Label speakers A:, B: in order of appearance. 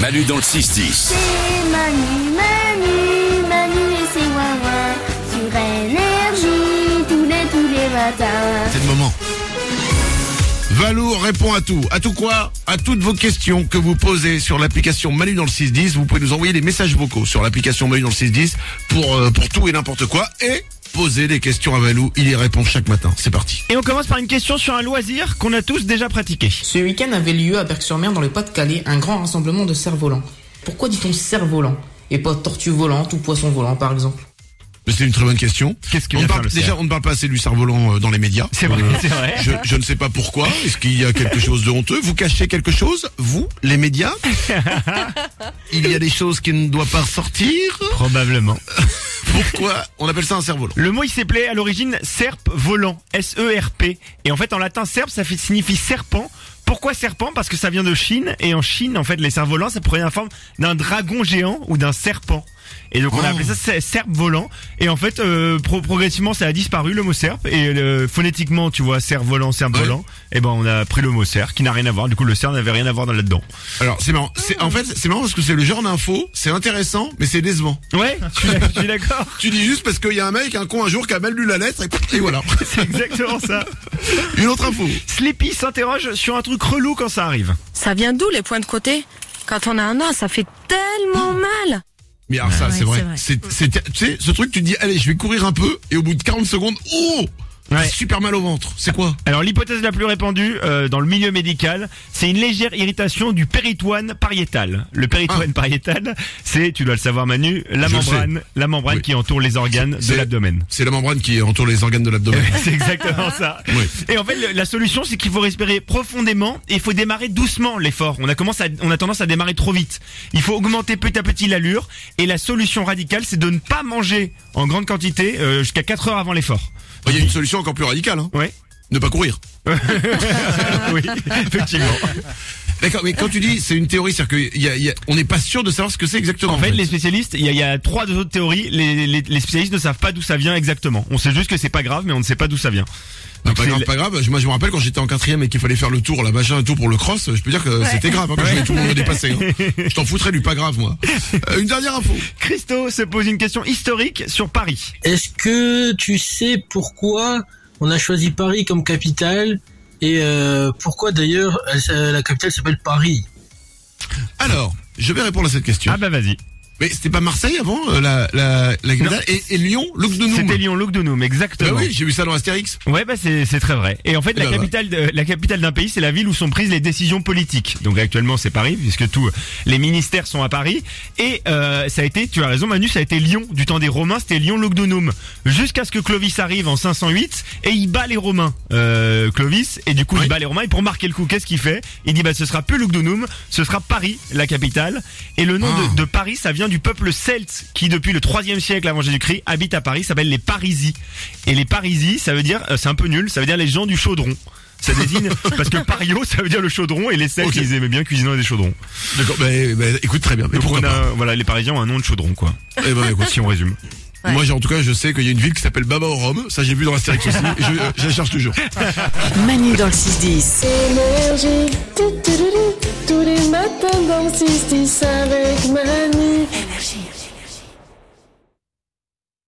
A: Manu dans le 6-10.
B: C'est Manu, Manu, Manu et ses Wawa sur énergie tous les tous les matins.
C: C'est le moment. Valou répond à tout. À tout quoi À toutes vos questions que vous posez sur l'application Manu dans le 610. Vous pouvez nous envoyer des messages vocaux sur l'application Manu dans le 610 pour, euh, pour tout et n'importe quoi. Et poser des questions à Valou. Il y répond chaque matin. C'est parti.
D: Et on commence par une question sur un loisir qu'on a tous déjà pratiqué.
E: Ce week-end avait lieu à Berck-sur-Mer, dans le Pas-de-Calais, un grand rassemblement de cerfs-volants. Pourquoi dit-on cerfs-volants et pas tortue volante ou poisson volant, par exemple
C: Mais c'est une très bonne question.
D: Qu'est-ce
C: On
D: qu'il vient
C: ne
D: faire
C: parle,
D: le
C: déjà,
D: cerf
C: on ne parle pas assez du cerf-volant euh, dans les médias.
D: C'est vrai,
C: Euh,
D: c'est vrai.
C: Je, je ne sais pas pourquoi. Est-ce qu'il y a quelque chose de honteux Vous cachez quelque chose Vous, les médias Il y a des choses qui ne doivent pas sortir
D: Probablement.
C: Pourquoi on appelle ça un cerf-volant
D: Le mot il s'appelait à l'origine serp volant, S-E-R-P. Et en fait en latin serp ça fait- signifie serpent. Pourquoi serpent Parce que ça vient de Chine et en Chine en fait les cerfs volants ça prenait la forme d'un dragon géant ou d'un serpent. Et donc on a appelé ça ser- serp volant et en fait euh, pro- progressivement ça a disparu le mot serp et euh, phonétiquement tu vois serp volant serp
C: Ouais.
D: volant et ben on a pris le mot serp qui n'a rien à voir du coup le serp n'avait rien à voir dans- là-dedans.
C: Alors c'est marrant. C'est en fait c'est marrant parce que c'est le genre d'info, c'est intéressant, mais c'est décevant.
D: Ouais, je suis d'ac- je suis d'accord.
C: Tu dis juste parce qu'il y a un mec, un con un jour qui a mal lu la lettre et, et voilà.
D: C'est exactement ça.
C: Une autre info.
D: Sleepy s'interroge sur un truc relou quand ça arrive.
F: Ça vient d'où les points de côté Quand on a un os, ça fait tellement mal.
C: Mais alors ça c'est vrai. C'est c'est tu sais ce truc tu te dis allez je vais courir un peu et au bout de 40 secondes oh
D: Ouais.
C: j'ai super mal au ventre. C'est quoi
D: Alors l'hypothèse la plus répandue euh, dans le milieu médical, c'est une légère irritation du péritoine pariétal. Le péritoine pariétal, c'est, tu dois le savoir Manu, la
C: Ah. Je le
D: membrane, la membrane
C: Oui.
D: qui entoure les organes de
C: c'est-
D: l'abdomen.
C: C'est la membrane qui entoure les organes de l'abdomen.
D: C'est exactement ça.
C: Oui.
D: Et en fait, le- la solution, c'est qu'il faut respirer profondément et il faut démarrer doucement l'effort. On a commence à, on a tendance à démarrer trop vite. Il faut augmenter petit à petit l'allure. Et la solution radicale, c'est de ne pas manger en grande quantité euh, jusqu'à 4 heures avant l'effort.
C: Il y a une solution encore plus radicale hein.
D: Ouais.
C: Ne pas courir.
D: oui, effectivement.
C: D'accord, mais quand tu dis c'est une théorie, c'est-à-dire qu'on y a, il y a- on n'est pas sûr de savoir ce que c'est exactement.
D: En fait, les spécialistes, il y a, il y a trois autres théories. Les, les- les spécialistes ne savent pas d'où ça vient exactement. On sait juste que c'est pas grave, mais on ne sait pas d'où ça vient.
C: Ah,
D: Donc
C: pas
D: c'est
C: grave,
D: le-
C: pas grave. Je- Moi, je me rappelle quand j'étais en quatrième et qu'il fallait faire le tour, la machin, le tour pour le cross. Je peux dire que c'était grave. hein, quand je voyais tout le monde me dépasser. hein. Je t'en foutrais du pas grave, moi. Euh, une dernière info.
D: Christo se pose une question historique sur Paris.
G: Est-ce que tu sais pourquoi on a choisi Paris comme capitale et euh, pourquoi d'ailleurs elle s- euh, la capitale s'appelle Paris
C: Alors, je vais répondre à cette question.
D: Ah bah vas-y.
C: Mais c'était pas Marseille avant euh, la la la capitale et, et Lyon, Luc de Noum.
D: C'était Lyon Lugdunum,
C: Bah
D: exactement.
C: oui, j'ai vu ça dans Astérix.
D: Ouais, bah c'est c'est très vrai. Et en fait,
C: Eh
D: la
C: ben,
D: capitale, de- la capitale d'un pays, c'est la ville où sont prises les décisions politiques. Donc actuellement, c'est Paris, puisque tous euh, les ministères sont à Paris. Et euh, ça a été, tu as raison, Manu, ça a été Lyon du temps des Romains, c'était Lyon Lugdunum, jusqu'à ce que Clovis arrive en 508 et il bat les Romains, euh, Clovis. Et du coup, il bat les Romains. Et pour marquer le coup, qu'est-ce qu'il fait Il dit, bah ce sera plus Lugdunum, ce sera Paris, la capitale. Et le nom
C: Ah.
D: de, de Paris, ça vient du peuple celte qui, depuis le 3 siècle avant Jésus-Christ, habite à Paris, s'appelle les Parisies. Et les Parisies, ça veut dire, euh, c'est un peu nul, ça veut dire les gens du chaudron. Ça désigne, parce que pario, ça veut dire le chaudron, et les Celtes,
C: Ok.
D: ils aimaient bien cuisiner dans des chaudrons.
C: D'accord. Bah, bah, écoute très bien. Mais
D: Donc
C: pourquoi
D: on
C: pas
D: a, voilà, les Parisiens ont un nom de chaudron, quoi.
C: Eh ben, écoute,
D: Si on résume.
F: Ouais.
C: Moi, j'ai- en tout cas, je sais qu'il y a une ville qui s'appelle Baba au Rhum. Ça, j'ai vu dans Astérix aussi. Et Je, euh, je la cherche toujours.
H: Manu dans le 6-10.
B: Énergie, tu, tu, tu, tu, tous les matins dans le 6-10 avec Manu